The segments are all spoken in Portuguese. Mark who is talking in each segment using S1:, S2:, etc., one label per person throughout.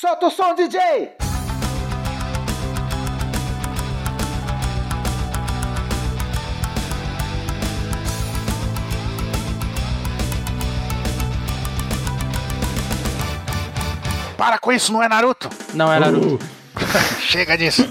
S1: Solta o som, DJ!
S2: Para com isso, não é Naruto?
S3: Não é Naruto.
S2: Chega disso.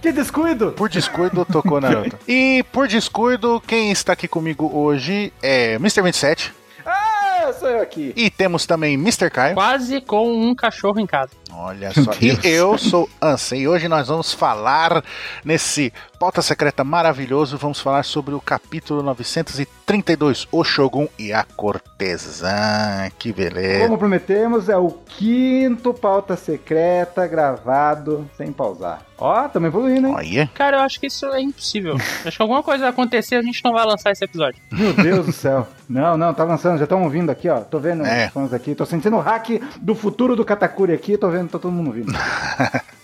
S1: Que descuido!
S2: Por descuido, tocou Naruto. E por descuido, quem está aqui comigo hoje é Mr. 27.
S1: Ah, sou eu aqui.
S2: E temos também Mr. Caio.
S3: Quase com um cachorro em casa.
S2: Olha só. E eu sou Ansem. E hoje nós vamos falar nesse pauta secreta maravilhoso. Vamos falar sobre o capítulo 932, O Shogun e a Cortesã. Que beleza.
S1: Como prometemos, é o quinto pauta secreta gravado sem pausar. Ó, tamo evoluindo, hein?
S2: Olha.
S3: Cara, eu acho que isso é impossível. acho que alguma coisa vai acontecer e a gente não vai lançar esse episódio.
S1: Meu Deus do céu. Não, não, tá lançando, já estão ouvindo aqui, ó. Tô vendo
S2: É.
S1: os fãs aqui, tô sentindo o hack do futuro do Katakuri aqui, tô vendo, tá todo mundo ouvindo.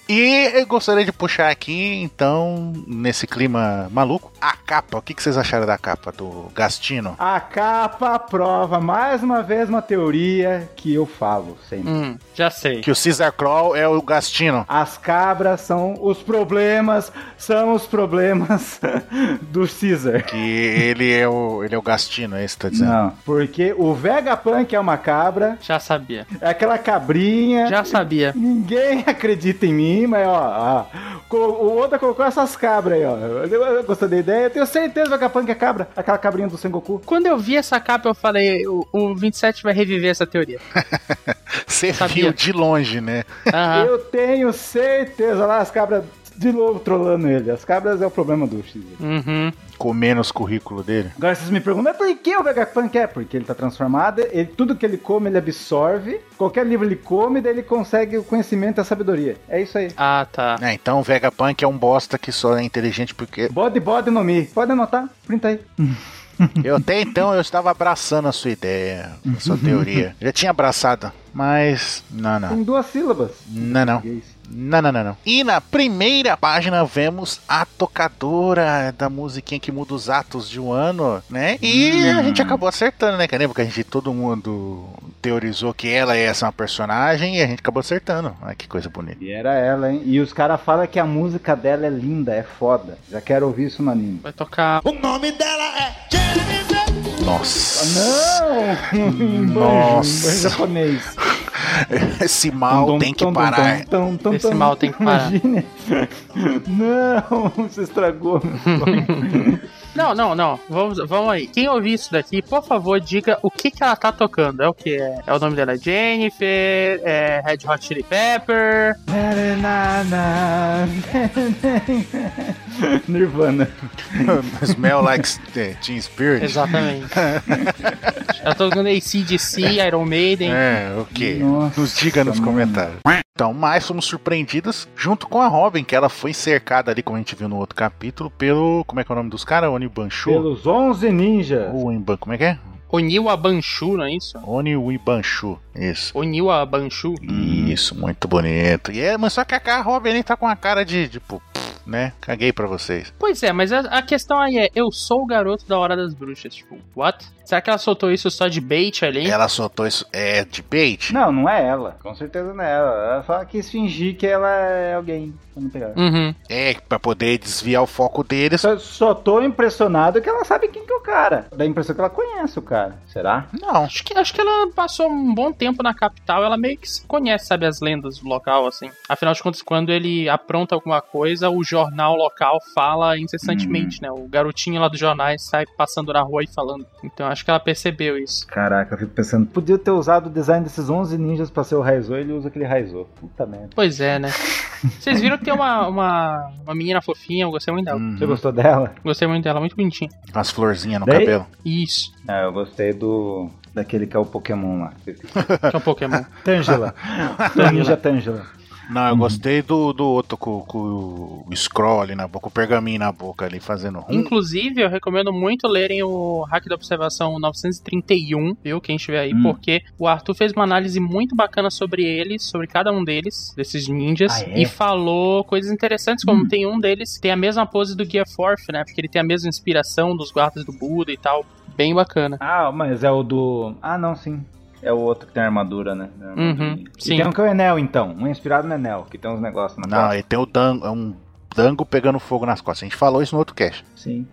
S2: E eu gostaria de puxar aqui, então, nesse clima maluco, a capa. O que que vocês acharam da capa do Gastino?
S1: A capa prova mais uma vez uma teoria que eu falo sempre.
S3: Hum, já sei.
S2: Que o Caesar Crawl é o Gastino.
S1: As cabras são os problemas, são os problemas do Caesar.
S2: Que ele é o, ele é o Gastino, é isso que tá dizendo?
S1: Não, porque o Vegapunk é uma cabra,
S3: Já sabia.
S1: é aquela cabrinha.
S3: Já sabia.
S1: Ninguém acredita em mim, mas ó, ó, co- o Oda colocou essas cabras aí, ó. Eu, eu gostei da ideia, eu tenho certeza que o Vegapunk é cabra, aquela cabrinha do Sengoku.
S3: Quando eu vi essa capa, eu falei, o, o 27 vai reviver essa teoria.
S2: Você
S3: Sabia.
S2: viu de longe, né?
S3: Aham.
S1: Eu tenho certeza, olha lá as cabras de novo trolando ele. As cabras é o problema do X.
S3: Uhum.
S2: Comendo os currículos dele.
S1: Agora vocês me perguntam, mas por que o Vegapunk é? Porque ele tá transformado, ele, tudo que ele come ele absorve, qualquer livro ele come, daí ele consegue o conhecimento e a sabedoria. É isso aí.
S3: Ah, tá.
S2: É, então o Vegapunk é um bosta que só é inteligente porque.
S1: Bode, bode no mi. Pode anotar? Printa aí.
S2: Eu até então eu estava abraçando a sua ideia, a sua teoria. Já tinha abraçado, mas. Não, não.
S1: Tem duas sílabas.
S2: Não, não. Não, não, não, não. E na primeira página vemos a tocadora da musiquinha que muda os atos de um ano, né? E a gente acabou acertando, né, cara? Lembra que a gente, todo mundo teorizou que ela é essa uma personagem e a gente acabou acertando. Olha que coisa bonita.
S1: E era ela, hein? E os caras falam que a música dela é linda, é foda. Já quero ouvir isso no anime.
S3: Vai tocar.
S1: Ah,
S2: Nossa.
S1: Não! Em banjo,
S2: Nossa.
S1: em banjo japonês.
S2: Esse mal tem que parar.
S3: Esse mal tem que parar.
S1: Imagine. Não, você estragou.
S3: Não, não, não. Vamos, vamos aí. Quem ouvir isso daqui, por favor, diga o que, que ela tá tocando. É o que? É, é o nome dela? É Jennifer? É Red Hot Chili Pepper?
S1: Nirvana.
S2: Smell like eh, Teen Spirit.
S3: Exatamente. ela tá tocando ACDC, Iron Maiden.
S2: É, o quê?
S1: Nossa,
S2: Nos diga nos
S1: mano.
S2: comentários. Então, mas fomos surpreendidas junto com a Robin, que ela foi cercada ali, como a gente viu no outro capítulo, pelo. Como é que é o nome dos caras? Onibanchu?
S1: Pelos 11 ninjas.
S2: Oniban, como é que é?
S3: Oniwa Banshu, não é isso?
S2: Onibanchu. Isso.
S3: Oniwa Banshu.
S1: Hum.
S2: Isso, muito bonito. E é, mas só que a Robin nem tá com a cara de, tipo, pff, né? Caguei pra vocês.
S3: Pois é, mas a, a questão aí é, eu sou o garoto da Hora das Bruxas, tipo, what? Será que ela soltou isso só de bait ali?
S2: Ela soltou isso. É de bait?
S1: Não, não é ela. Com certeza não é ela. Ela só quis fingir que ela é alguém. Vamos pegar.
S3: Uhum.
S2: É, pra poder desviar o foco deles.
S1: Só, só tô impressionado que ela sabe quem que é o cara. Dá a impressão que ela conhece o cara. Será?
S2: Não.
S3: Acho que, acho que ela passou um bom tempo na capital, ela meio que se conhece, sabe, as lendas do local, assim. Afinal de contas, quando ele apronta alguma coisa, o jornal local fala incessantemente,
S2: Uhum.
S3: né? O garotinho lá dos jornais sai passando na rua e falando. Então acho que ela percebeu isso.
S1: Caraca, eu fico pensando. Podia ter usado o design desses 11 ninjas pra ser o Raizou, ele usa aquele Raizou. Puta merda.
S3: Pois é, né? Vocês viram que tem uma, uma, uma menina fofinha, eu gostei muito dela.
S2: Hum,
S1: Você gostou dela?
S3: Gostei muito dela, muito bonitinha.
S2: com as florzinhas no
S1: Daí-
S2: cabelo.
S3: Isso,
S1: Ah, eu gostei do. Daquele que é o Pokémon lá.
S3: que é um Pokémon.
S1: Tangela. Ninja Tangela.
S2: Não, eu gostei do, do outro com, com o scroll ali na boca, com o pergaminho na boca ali, fazendo
S1: Hum.
S3: Hum.
S2: um.
S3: Inclusive, eu recomendo muito lerem o Hack da Observação 931, viu? Quem estiver aí,
S1: Hum.
S3: porque o Arthur fez uma análise muito bacana sobre eles, sobre cada um deles, desses ninjas,
S1: Ah, é? Hum.
S3: e falou coisas interessantes, como tem um deles que tem a mesma pose do Guia Forth, né? Porque ele tem a mesma inspiração dos guardas do Buda e tal. Bem bacana.
S1: Ah, mas é o do. Ah, não, sim.
S4: é o outro que tem a armadura, né? É a armadura.
S3: Uhum,
S1: E
S3: sim.
S1: tem um que é o Enel, então. Um inspirado no Enel, que tem uns negócios na
S2: Não,
S1: cara.
S2: ele tem o dango, um dango pegando fogo nas costas. A gente falou isso no outro cast.
S4: Sim.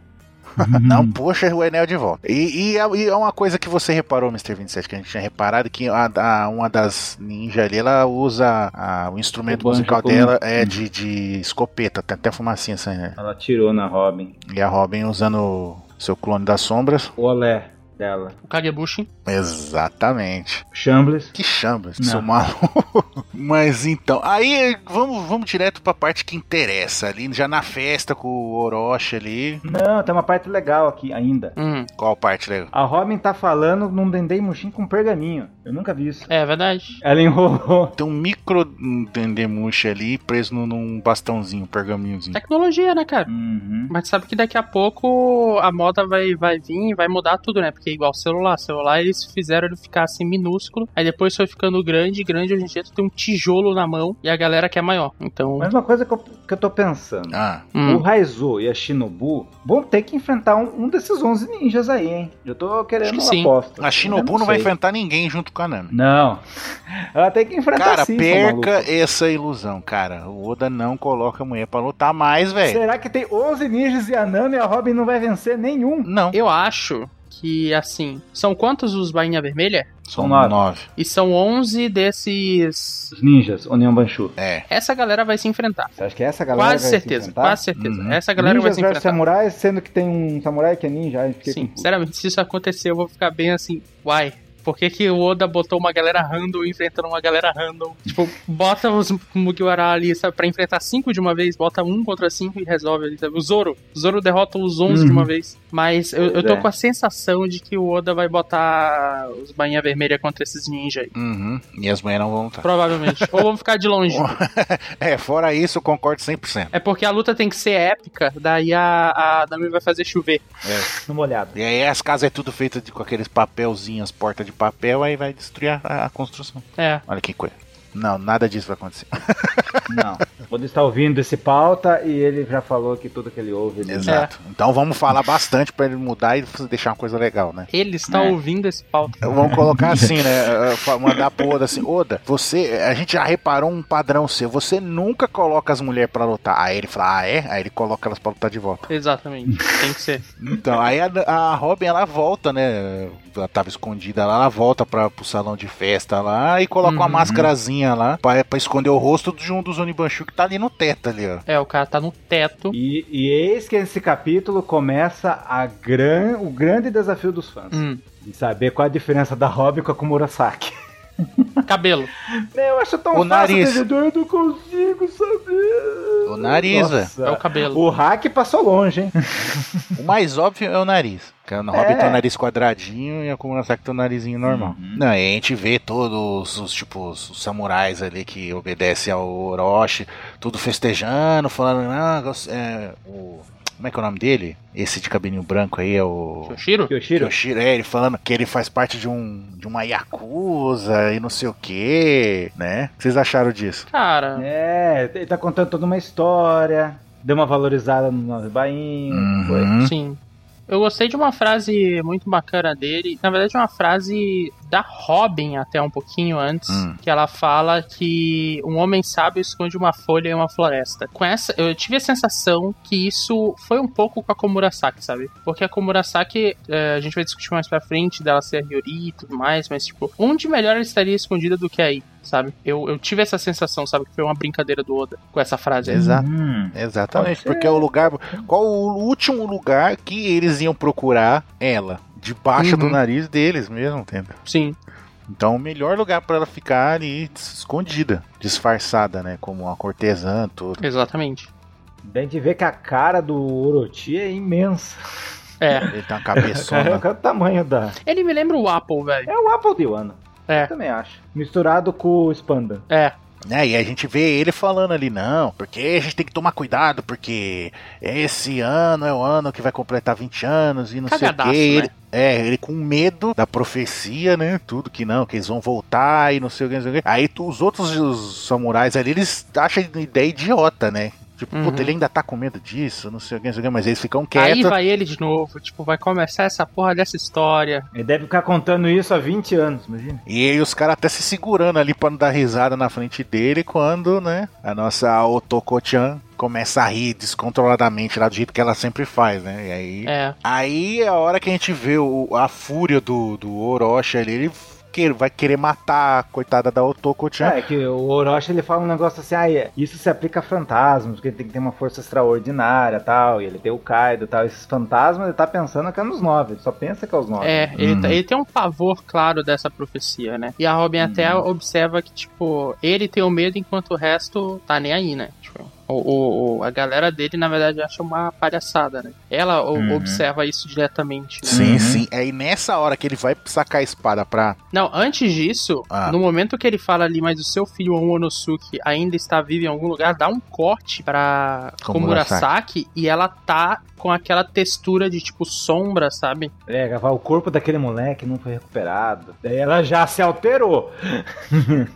S2: Não
S1: Hum.
S2: puxa o Enel de volta. E, e é- e é uma coisa que você reparou, Mr. 27, que a gente tinha reparado, que a, a- uma das ninjas ali, ela usa a- o instrumento
S4: O banjo
S2: musical
S4: como-
S2: dela é de, de escopeta, tem até fumacinha assim, né?
S4: Ela tirou na Robin.
S2: E a Robin usando o seu clone das sombras.
S4: O Olé dela.
S3: O Kagebushin.
S2: Exatamente.
S4: Chambles.
S2: Que chambas,
S4: Não.
S2: seu maluco. Mas então, aí vamos, vamos direto pra parte que interessa ali, já na festa com o Orochi ali.
S1: Não, tem uma parte legal aqui ainda.
S3: Hum,
S2: Qual parte, Leo?
S1: A Robin tá falando num Dendei Mushin com pergaminho. Eu nunca vi isso.
S3: é verdade.
S1: Ela enrolou.
S2: Tem um micro dendemuche ali preso num- num bastãozinho, um pergaminhozinho.
S1: É
S3: Tecnologia, né, cara?
S4: Uhum.
S3: Mas sabe que daqui a pouco a moda vai, vai vir e vai mudar tudo, né? Porque é igual o celular. O celular eles fizeram ele ficar assim minúsculo. Aí depois foi ficando grande, grande. Hoje em dia tu tem um tijolo na mão e a galera quer maior. Então.
S1: Mas uma coisa que eu, que eu tô pensando.
S2: Ah,
S1: O
S3: hum,
S1: Raizo e a Shinobu vão ter que enfrentar um, um desses 11 ninjas aí, hein? Eu tô
S3: Acho
S1: querendo
S3: que
S1: uma
S3: sim.
S1: aposta.
S2: a Shinobu não, vai
S1: enfrentar.
S2: enfrentar ninguém junto com a Nami.
S1: Não. Ela tem que enfrentar
S2: Cara,
S1: sim, tá assim, seu
S2: perca
S1: maluco.
S2: essa ilusão, cara. O Oda não coloca a mulher pra lutar mais, velho.
S1: Será que tem 11 ninjas e a Nami e a Robin não vai vencer nenhum?
S2: Não,
S3: eu acho que, assim. São quantos os Bainha Vermelha?
S2: são
S1: nove.
S2: nove.
S3: E são 11 desses.
S4: Os ninjas, Onion Banshu.
S2: É,
S3: Essa galera vai se enfrentar.
S1: Você acha que essa galera
S3: Quase
S1: vai se
S3: certeza,
S1: enfrentar?
S3: quase certeza.
S2: Uhum.
S3: Essa galera
S1: Ninjas
S3: vai se
S1: versus
S3: enfrentar.
S1: samurais, sendo que tem um samurai que é ninja. aí fiquei
S3: Sim,
S1: confuso.
S3: sinceramente, se isso acontecer, eu vou ficar bem assim, uai. Por que, que o Oda botou uma galera random enfrentando uma galera random? Tipo, bota os Mugiwara ali, sabe, pra enfrentar cinco de uma vez, bota um contra cinco e resolve ali, sabe? O Zoro. O Zoro derrota os 11 de uma vez. Mas eu, eu tô
S4: Pois é.
S3: com a sensação de que o Oda vai botar os bainha vermelha contra esses ninja aí.
S2: uhum. e as mulheres não vão lutar.
S3: Provavelmente. Ou vão ficar de longe.
S2: É, fora isso, eu concordo 100%.
S3: É porque a luta tem que ser épica, daí a, a Nami vai fazer chover.
S1: No molhado.
S2: E aí as casas é tudo feito de, com aqueles papelzinhos, porta de papel, aí vai destruir a, a construção.
S3: É.
S2: Olha que coisa. Não, nada disso vai acontecer.
S1: Não. Oda está ouvindo esse pauta e ele já falou que tudo que ele ouve. Ele...
S2: Exato. Então vamos falar bastante pra ele mudar e deixar uma coisa legal, né?
S3: Ele está
S4: É.
S3: ouvindo esse pauta.
S2: Vamos colocar assim, né? eh, fa- Mandar pro Oda assim, Oda, você, a gente já reparou um padrão seu, você nunca coloca as mulheres pra lutar. Aí ele fala, ah é? Aí ele coloca elas pra lutar de volta.
S3: Exatamente. Tem que ser.
S2: Então, aí a, a Robin, ela volta, né? Ela tava escondida lá, ela volta pra, pro salão de festa lá e coloca uma
S3: Uhum.
S2: máscarazinha lá pra, pra esconder o rosto de um dos Onibanchu que tá ali no teto ali, ó.
S3: É, o cara tá no teto.
S1: E, e eis que esse capítulo começa a gran... o grande desafio dos fãs.
S3: Hum,
S1: De saber qual a diferença da Robin com a Kumurasaki.
S3: cabelo.
S1: Meu, eu acho tão
S2: O
S1: fácil,
S2: nariz.
S1: entendeu? eu não consigo saber.
S2: O nariz, velho.
S1: Nossa.
S3: É o cabelo.
S1: O hack passou longe, hein?
S2: O mais óbvio é o nariz. Porque a Robin
S1: É.
S2: tem o nariz quadradinho e a Kumurasaki tem o narizinho normal.
S4: Uhum.
S2: Não, e a gente vê todos os, tipos, os samurais ali que obedecem ao Orochi, tudo festejando, falando, ah, você- é, o, como é que é o nome dele? Esse de cabelinho branco aí é o...
S3: Shoshiro?
S1: Kyoshiro.
S2: Yoshiro, é, ele falando que ele faz parte de um de uma Yakuza e não sei o que, né? O que vocês acharam disso?
S3: Cara,
S1: É, ele tá contando toda uma história. Deu uma valorizada no Nove Bainho. Foi.
S2: Uhum.
S3: sim. Eu gostei de uma frase muito bacana dele. Na verdade, é uma frase da Robin até um pouquinho antes.
S2: Hum.
S3: Que ela fala que um homem sábio esconde uma folha em uma floresta. Com essa, eu tive a sensação que isso foi um pouco com a Komurasaki, sabe? Porque a Komurasaki, eh, a gente vai discutir mais pra frente dela ser a Ryori e tudo mais, mas tipo, onde melhor ela estaria escondida do que aí, sabe? Eu, eu tive essa sensação, sabe? Que foi uma brincadeira do Oda com essa frase. aí.
S2: Exato.
S1: Uhum.
S4: Hum.
S2: Exatamente, porque é o lugar. Qual o último lugar que eles iam procurar ela? Debaixo do
S3: Uhum.
S2: nariz deles mesmo, entendeu?
S3: Sim.
S2: Então, o melhor lugar pra ela ficar ali escondida, disfarçada, né? Como uma cortesã, tudo.
S3: Exatamente.
S1: Daí a gente vê que a cara do Orochi é imensa.
S3: É.
S2: Ele tem uma
S1: Cara,
S2: cabeçona.
S1: olha o tamanho da.
S3: Ele me lembra o Apple, velho.
S1: É o Apple de Wano.
S3: É.
S1: Eu também acho. Misturado com o Spanda.
S3: É.
S2: né? E a gente vê ele falando ali, não, porque a gente tem que tomar cuidado, porque esse ano é o ano que vai completar 20 anos e não
S3: Cagadaço,
S2: sei o quê.
S3: né?
S2: Ele- é, ele com medo da profecia, né? Tudo que não, que eles vão voltar e não sei o que, não sei o que. Aí tu- os outros os samurais ali, eles acham a ideia idiota, né? Tipo,
S3: Uhum.
S2: puta, ele ainda tá com medo disso, não sei o que, não sei o que, mas eles ficam
S3: Aí
S2: quietos.
S3: vai ele de novo, tipo, vai começar essa porra dessa história.
S1: Ele deve ficar contando isso há 20 anos, imagina.
S2: E aí os caras até se segurando ali pra não dar risada na frente dele quando, né, a nossa Otoko-chan começa a rir descontroladamente lá do jeito que ela sempre faz, né? E aí.
S3: É.
S2: Aí é a hora que a gente vê o- a fúria do, do Orochi ali, ele que- vai querer matar a coitada da Otoko-chan.
S1: É, é que o Orochi ele fala um negócio assim, ah, é, isso se aplica a fantasmas, porque ele tem que ter uma força extraordinária tal, e ele tem o Kaido tal. Esses fantasmas ele tá pensando que é nos nove, ele só pensa que é os nove.
S3: É, ele,
S2: Uhum.
S3: tá- ele tem um pavor claro dessa profecia, né? E a Robin até observa que, tipo, ele tem o medo enquanto o resto tá nem aí, né? Tipo, o, o- o- a galera dele, na verdade, acha uma palhaçada, né? Ela o-
S1: Uhum.
S3: observa isso diretamente, né?
S2: Sim,
S1: Uhum.
S2: sim. Aí nessa hora que ele vai sacar a espada pra.
S3: Não, antes disso,
S2: Ah.
S3: no momento que ele fala ali, mas o seu filho o Momonosuke ainda está vivo em algum lugar, dá um corte pra
S2: Komurasaki.
S3: Komurasaki e ela tá com aquela textura de tipo sombra, sabe?
S1: É, ela fala, o corpo daquele moleque não foi recuperado. Daí ela já se alterou.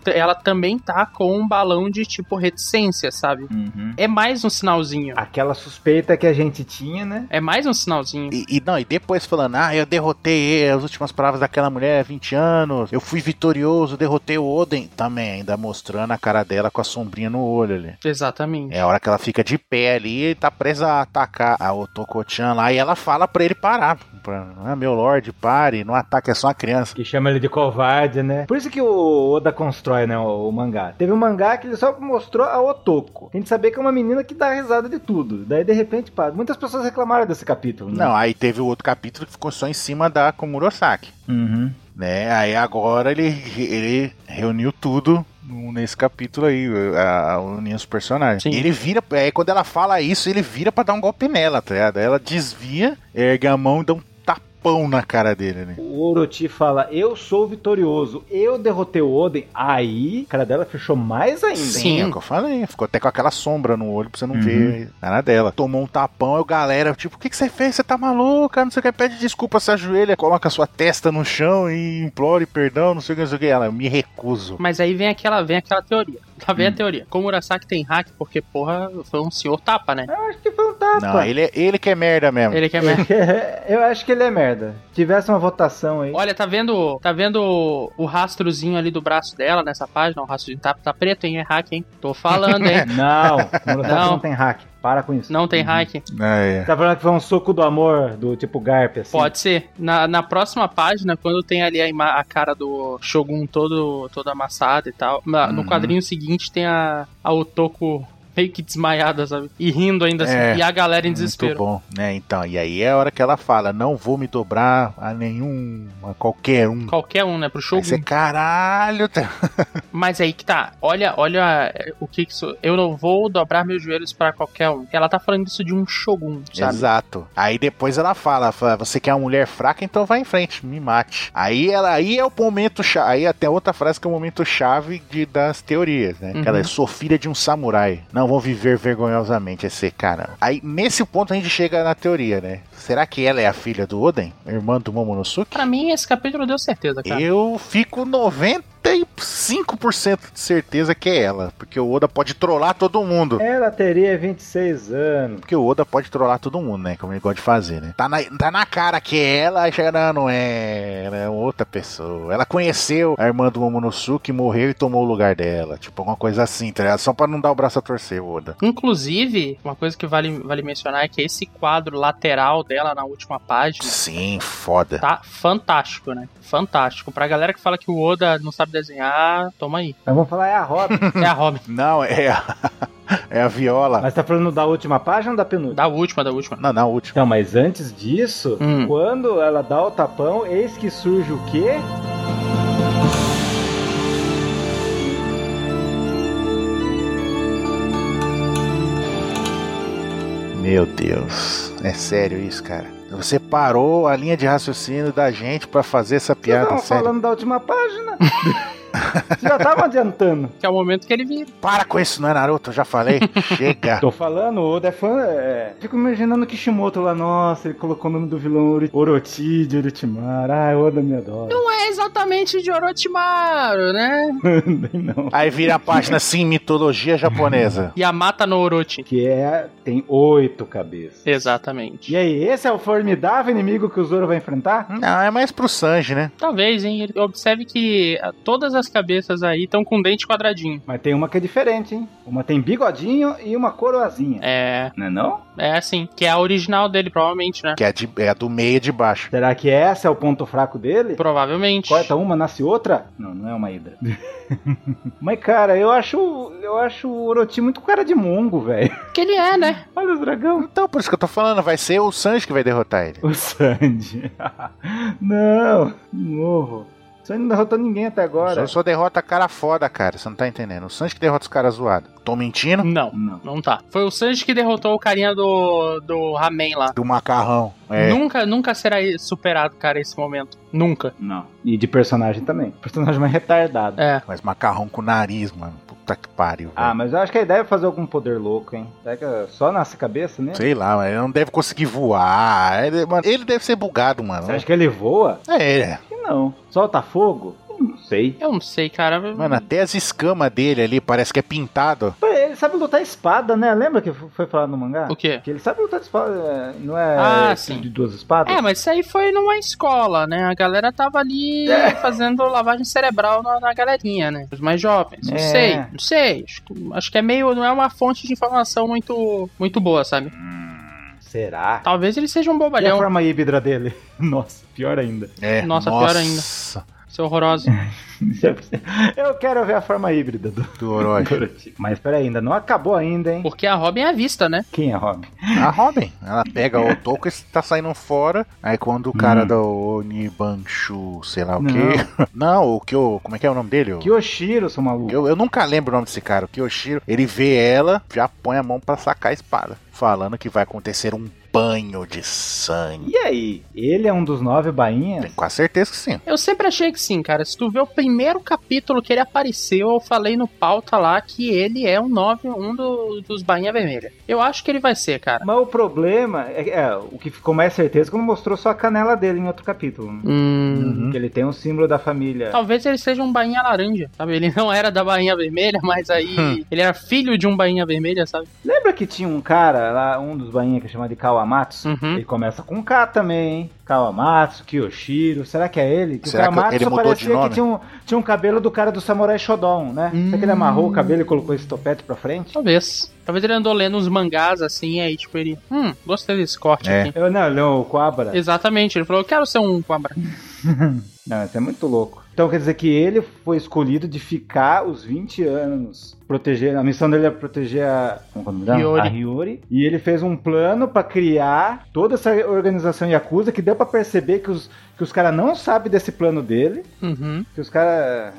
S3: T- Ela também tá com um balão de tipo reticência, sabe?
S2: Uhum.
S3: É mais um sinalzinho.
S1: Aquela suspeita que a gente tinha, né?
S3: É mais um sinalzinho.
S2: E, e não, e depois falando, ah, eu derrotei ele", as últimas palavras daquela mulher, 20 anos, eu fui vitorioso, derrotei o Oden. Também, ainda mostrando a cara dela com a sombrinha no olho ali.
S3: Exatamente.
S2: É a hora que ela fica de pé ali e tá presa a atacar a Otoko-chan lá e ela fala pra ele parar. Pra, ah, meu lorde, pare, não ataque, é só uma criança.
S1: Que chama ele de covarde, né? Por isso que o Oda constrói, né, o, o mangá. Teve um mangá que ele só mostrou a Otoko. Tem que saber que é uma menina que dá risada de tudo. Daí, de repente, pá, muitas pessoas reclamaram desse capítulo, né?
S2: Não, aí teve o outro capítulo que ficou só em cima da Komurosaki.
S1: Uhum.
S2: Né? Aí agora ele, ele reuniu tudo no- nesse capítulo aí, a, a- unindo os personagens.
S3: Sim.
S2: Ele vira, aí quando ela fala isso, ele vira pra dar um golpe nela, tá ligado? Aí Ela desvia, ergue a mão e dá um tapão na cara dele, né?
S1: O Orochi fala, eu sou vitorioso, eu derrotei o Oden. Aí, a cara dela fechou mais ainda.
S3: Sim.
S2: é o que eu falei. Ficou até com aquela sombra no olho pra você não
S1: Uhum.
S2: ver a cara dela. Tomou um tapão, aí o galera, tipo, o que, que você fez? Você tá maluca? Não sei o que, pede desculpa, se ajoelha, coloca sua testa no chão e implore perdão, não sei o que, não sei o que. Ela, eu me recuso.
S3: Mas aí vem aquela, vem aquela teoria. Lá vem
S2: Hum.
S3: a teoria. Komurasaki tem hack porque, porra, foi um senhor tapa, né?
S1: Eu acho que foi um tapa.
S2: Não, ele, é- ele que é merda mesmo.
S3: Ele quer merda.
S1: Eu acho que ele é merda. Tivesse uma votação aí.
S3: Olha, tá vendo, tá vendo o- o rastrozinho ali do braço dela nessa página? O rastrozinho tá, tá preto, hein? É hack, hein? Tô falando, hein?
S1: Não, o não.
S3: Não.
S1: não tem hack. Para com isso.
S3: Não tem
S1: Uhum.
S3: hack?
S2: Ah, é.
S1: Tá falando que foi um soco do amor, do tipo Garp, assim?
S3: Pode ser. Na, na próxima página, quando tem ali a, ima- a cara do Shogun todo, todo amassado e tal, na- no
S2: Uhum.
S3: quadrinho seguinte tem a, a Otoko meio que desmaiada, sabe? E rindo ainda assim.
S2: É.
S3: E a galera em
S2: Muito
S3: desespero.
S2: bom, né? Então, e aí é a hora que ela fala: não vou me dobrar a nenhum, a qualquer um.
S3: Qualquer um, né? Pro
S2: Aí
S3: Shogun.
S2: você, caralho, tá-
S3: Mas aí que tá. Olha, olha é, o que que isso... Eu não vou dobrar meus joelhos pra qualquer um. Ela tá falando isso de um Shogun, sabe?
S2: Exato. Aí depois ela fala, fala, você quer uma mulher fraca, então vai em frente, me mate. Aí ela aí é o momento chave. Aí até outra frase que é o momento chave de, das teorias, né? Que ela é
S3: Uhum.
S2: sou filha de um samurai. Não vou viver vergonhosamente esse cara. Aí nesse ponto a gente chega na teoria, né? Será que ela é a filha do Oden? Irmã do Momonosuke?
S3: Pra mim, esse capítulo deu certeza, cara.
S2: Eu fico 95% de certeza que é ela, porque o Oda pode trollar todo mundo.
S1: Ela teria 26 anos.
S2: Porque o Oda pode trollar todo mundo, né? Como ele gosta de fazer, né? Tá na, tá na cara que é ela, aí chega, não, não é. Ela é outra pessoa. Ela conheceu a irmã do Momonosuke, morreu e tomou o lugar dela. Tipo, alguma coisa assim, tá ligado? Só pra não dar o braço a torcer, o Oda.
S3: Inclusive, uma coisa que vale, vale mencionar é que esse quadro lateral dela na última página
S2: Sim, foda.
S3: tá fantástico, né? Fantástico. Pra galera que fala que o Oda não sabe desenhar, toma aí.
S1: Mas vamos falar, é a Robin.
S3: É a Robin.
S2: Não, é a, é a viola.
S1: Mas tá falando da última página ou da penúltima?
S3: Da última, da última.
S2: Não, não, a última.
S1: Então, mas antes disso,
S3: Hum.
S1: quando ela dá o tapão, eis que surge o quê?
S2: Meu Deus, é sério isso, cara. Você parou a linha de raciocínio da gente pra fazer essa
S1: Vocês
S2: piada,
S1: estavam
S2: sério.
S1: falando da última página. Vocês já estavam adiantando.
S3: Que é o momento que ele vira.
S2: Para com isso, não é Naruto? Eu já falei. Chega.
S1: Tô falando, o Oda é fã. é. Fico imaginando o Kishimoto lá, nossa, ele colocou o nome do vilão Oro- Orochi de Orochimaru. Ah, Oda me adora. Não é
S3: é exatamente de Orochimaru, né?
S1: Também não.
S2: Aí vira a página assim, mitologia japonesa.
S3: Yamata no Orochi.
S1: Que é, tem oito cabeças.
S3: Exatamente.
S1: E aí, esse é o formidável inimigo que o Zoro vai enfrentar?
S2: Não, é mais pro Sanji, né?
S3: Talvez, hein? Ele- Observe que ah, todas as cabeças aí estão com dente quadradinho.
S1: Mas tem uma que é diferente, hein? Uma tem bigodinho e uma coroazinha.
S3: É,
S1: Não é não?
S3: é assim. Que é a original dele, provavelmente, né?
S2: Que é, de- é a do meio e de baixo.
S1: Será que essa é o ponto fraco dele?
S3: Provavelmente.
S1: Corta uma, nasce outra? Não, não é uma hidra. Mas, cara, eu acho, eu acho o Orochi muito cara de mongo, velho.
S3: Que ele é, né?
S1: Olha os dragão.
S2: Então, por isso que eu tô falando, vai ser o Sanji que vai derrotar ele.
S1: O Sandy. não, de novo. O Sandy não derrotou ninguém até agora.
S2: Eu só derrota cara foda, cara. Você não tá entendendo. O Sanji que derrota os caras zoados. Tô mentindo?
S3: Não,
S1: Não.
S3: não tá. Foi o Sanji que derrotou o carinha do, do Ramen lá.
S2: Do macarrão. É.
S3: Nunca, nunca será superado, cara, esse momento. Nunca.
S1: Não. E de personagem também. O personagem mais retardado.
S3: É.
S2: Mas macarrão com nariz, mano. Puta que pariu.
S1: Ah,
S2: velho.
S1: mas eu acho que a ideia é fazer algum poder louco, hein? Será que só nasce cabeça, né?
S2: Sei lá, mas ele não deve conseguir voar. Ele, mano, ele deve ser bugado, mano.
S1: Você acha que ele voa?
S2: É, é.
S1: Acho que não. Solta fogo? Não sei.
S3: Eu não sei, cara.
S2: Mano, até as escamas dele ali parece que é pintado.
S1: Pô, Ele sabe lutar espada, né? Lembra que foi falado no mangá?
S3: O quê?
S1: Que ele sabe lutar de espada, é, não é
S3: Ah,
S1: de
S3: sim.
S1: duas espadas?
S3: É, mas isso aí foi numa escola, né? A galera tava ali
S1: É.
S3: fazendo lavagem cerebral na, na galerinha, né? Os mais jovens. Não
S1: É.
S3: sei, não sei. Acho, que- acho que é meio. Não é uma fonte de informação muito, muito boa, sabe?
S1: Hum, Será?
S3: Talvez ele seja um
S1: E a
S3: bobalhão.
S1: forma híbrida dele? Nossa, pior ainda.
S2: É,
S3: Nossa, pior
S2: ainda.
S3: Seu horroroso.
S1: Eu quero ver a forma híbrida do
S2: Do Orochi.
S1: Mas peraí, ainda não acabou ainda, hein?
S3: Porque a Robin é à vista, né?
S1: Quem é Robin?
S2: A Robin, ela pega o toco e tá saindo fora. Aí quando o cara
S1: Hum.
S2: do Onibanshu, sei lá o
S1: Não.
S2: quê. Não, o que eu. Como é que é o nome dele? O-
S1: Kyoshiro, seu maluco.
S2: Eu, eu nunca lembro o nome desse cara, o Kyoshiro. Ele vê ela, já põe a mão pra sacar a espada. Falando que vai acontecer um banho de sangue.
S1: E aí? Ele é um dos nove bainhas?
S2: Tenho quase certeza que sim.
S3: Eu sempre achei que sim, cara. Se tu vê o primeiro capítulo que ele apareceu, eu falei no pauta lá que ele é um 9, um do- dos Bainha Vermelha. Eu acho que ele vai ser, cara.
S1: Mas o problema é, é, o que ficou mais certeza é quando mostrou só a canela dele em outro capítulo. né?
S3: Hum.
S2: Uhum.
S1: Que ele tem um símbolo da família.
S3: Talvez ele seja um bainha laranja, sabe? Ele não era da bainha vermelha, mas aí
S2: Hum.
S3: ele era filho de um bainha vermelha, sabe?
S1: Lembra que tinha um cara lá, um dos bainhas que é chamado de Kawamatsu?
S3: Uhum.
S1: Ele começa com um K também, hein? Kawamatsu, Kyoshiro, será que é ele? Que
S2: Será que
S1: o Kawamatsu
S2: ele mudou de
S1: parecia
S2: nome?
S1: que tinha um, tinha um cabelo do cara do Samurai Shodown, né? Será que ele
S2: Hum.
S1: amarrou o cabelo e colocou esse topete pra frente?
S3: Talvez. Talvez ele andou lendo uns mangás assim, e aí tipo ele, hum, gostei desse corte
S2: É.
S3: aqui.
S1: Eu, não, não, o Coabra.
S3: Exatamente, ele falou, eu quero ser um cobra.
S1: Não, isso é muito louco. Então quer dizer que ele foi escolhido de ficar os 20 anos proteger. A missão dele é proteger a. Como que é o nome dela?
S3: Hiyori.
S1: A Hiyori. E ele fez um plano pra criar toda essa organização Yakuza que deu pra perceber que os, que os caras não sabem desse plano dele.
S3: Uhum.
S1: Que os caras.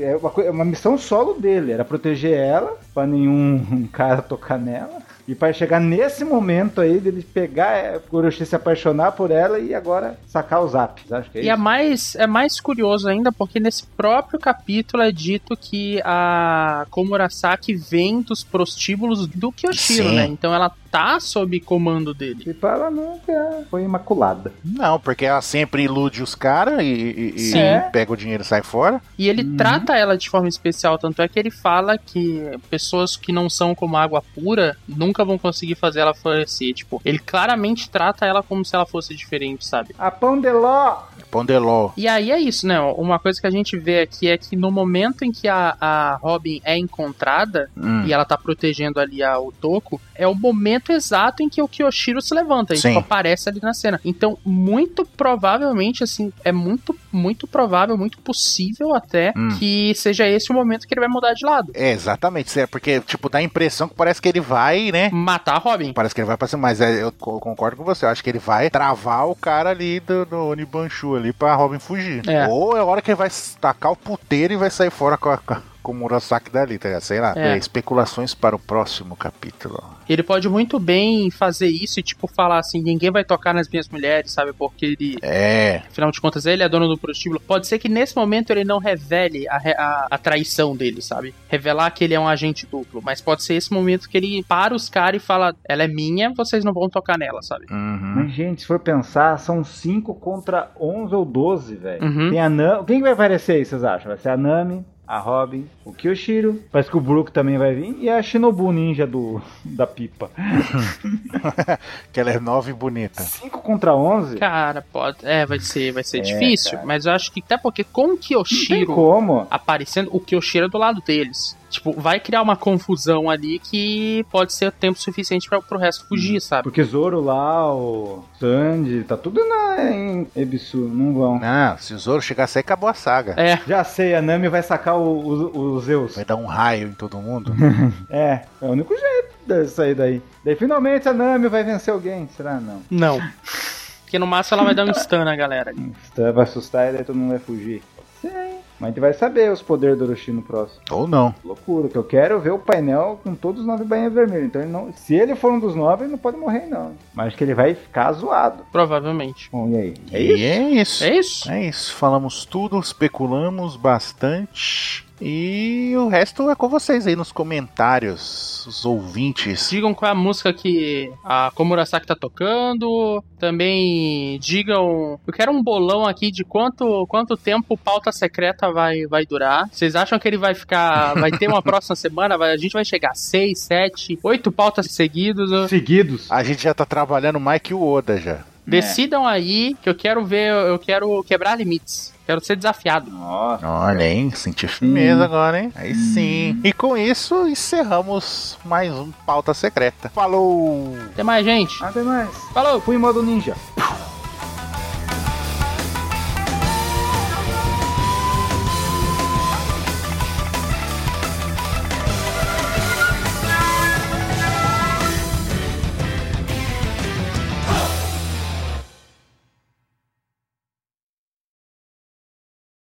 S1: é, uma, coi- é uma missão solo dele, era proteger ela, pra nenhum cara tocar nela. E pra chegar nesse momento aí dele pegar, é, o Orochi se apaixonar por ela e agora sacar o zap. Acho que é
S3: E é mais, é mais curioso ainda porque nesse próprio capítulo é dito que a Komurasaki vem dos prostíbulos do Kyoshiro,
S2: Sim.
S3: né? Então ela tá sob comando dele.
S1: E para nunca foi imaculada.
S2: Não, porque ela sempre ilude os caras e, e- e
S3: É.
S1: Sim.
S2: pega o dinheiro e sai fora.
S3: E ele trata ela de forma especial, tanto é que ele fala que pessoas que não são como água pura nunca vão conseguir fazer ela florescer. Tipo, ele claramente trata ela como se ela fosse diferente, sabe?
S1: A Pandeló!
S2: Pondeló.
S3: E aí é isso, né? Uma coisa que a gente vê aqui é que no momento em que a, a Robin é encontrada
S2: Hum.
S3: e ela tá protegendo ali a Otoko, é o momento exato em que o Kyoshiro se levanta e
S2: Sim.
S3: tipo, aparece ali na cena. Então, muito provavelmente, assim, é muito, muito provável, muito possível até
S2: Hum.
S3: que seja esse o momento que ele vai mudar de lado.
S2: É, exatamente. é Porque, tipo, dá a impressão que parece que ele vai, né?
S3: matar a Robin.
S2: Parece que ele vai pra cima, mas é, eu co- concordo com você. Eu acho que ele vai travar o cara ali do, do Onibanchu ali pra Robin fugir.
S3: É.
S2: Ou é a hora que ele vai s- tacar o puteiro e vai sair fora com a, com a- com o Murasaki dali, tá ligado? Sei lá.
S3: É.
S2: É, especulações para o próximo capítulo.
S3: Ele pode muito bem fazer isso e, tipo, falar assim: ninguém vai tocar nas minhas mulheres, sabe? Porque ele,
S2: É.
S3: afinal de contas, ele é dono do prostíbulo. Pode ser que nesse momento ele não revele a, re- a- a traição dele, sabe? Revelar que ele é um agente duplo. Mas pode ser esse momento que ele para os caras e fala: ela é minha, vocês não vão tocar nela, sabe?
S2: Uhum.
S1: Mas, gente, se for pensar, são 5 contra 11 ou 12, velho.
S3: Uhum.
S1: Tem a Nami. Quem que vai aparecer aí, vocês acham? Vai ser a Nami, a Robin, o Kyoshiro. Parece que o Brook também vai vir. E a Shinobu Ninja do, da pipa.
S2: Que ela é nova e bonita.
S1: 5 contra 11?
S3: Cara, pode. É, vai ser, vai ser
S1: É,
S3: difícil. Mas eu acho que até porque com o
S1: Não tem
S3: Kyoshiro
S1: como.
S3: aparecendo, o Kyoshiro é do lado deles. Tipo, vai criar uma confusão ali que pode ser tempo suficiente para pro resto fugir, sabe?
S1: Porque Zoro lá, o Sandy, tá tudo na, em Ebisu, não vão.
S2: Ah, se o Zoro chegasse aí, acabou a saga.
S3: É,
S1: Já sei, a Nami vai sacar o, o, o Zeus.
S2: Vai dar um raio em todo mundo.
S1: É, é o único jeito de sair daí. Daí finalmente a Nami vai vencer alguém, será? Não.
S3: não. Porque no máximo ela vai dar um stun na galera.
S1: Então Vai assustar e daí todo mundo vai fugir. Pode ser, hein? Mas a gente vai saber os poderes do Orochi no próximo.
S2: Ou não.
S1: Loucura, que eu quero ver o painel com todos os nove bainhas vermelhas. Então ele não. Se ele for um dos nove, ele não pode morrer, não. Mas acho que ele vai ficar zoado.
S3: Provavelmente.
S1: Bom, e aí? É isso?
S2: E é isso.
S3: É isso.
S2: É isso, falamos tudo, especulamos bastante. E o resto é com vocês aí nos comentários, os ouvintes.
S3: Digam qual é a música que a Komurasaki tá tocando. Também digam. Eu quero um bolão aqui de quanto, quanto tempo o pauta secreta vai, vai durar. Vocês acham que ele vai ficar. Vai ter uma próxima semana? Vai- a gente vai chegar a 6, 7, 8 pautas seguidas.
S1: É. Seguidos.
S2: A gente já tá trabalhando mais que o Oda já.
S3: Decidam aí que eu quero ver. Eu quero quebrar limites. Quero ser desafiado.
S1: Nossa.
S2: Olha, hein? Senti firmeza agora, hein? Aí sim. E com isso, encerramos mais um Pauta Secreta. Falou!
S3: Até mais, gente.
S1: Até mais.
S3: Falou!
S1: Fui em modo ninja.